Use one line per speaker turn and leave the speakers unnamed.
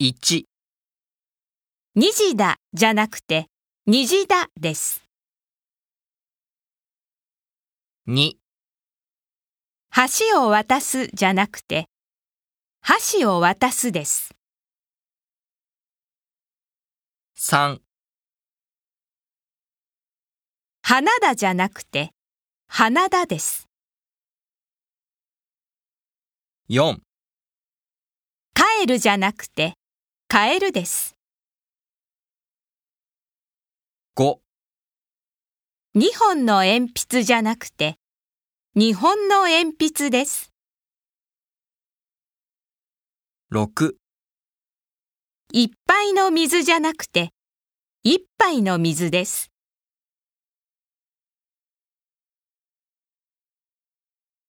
1、
2時だじゃなくて2時だです。
2、
橋を渡すじゃなくて箸を渡すです。
3、
花だじゃなくて花だです。
4、
帰るじゃなくて帰るです。
5、
2本の鉛筆じゃなくて2本の鉛筆です。
6、
一杯の水じゃなくて一杯の水です。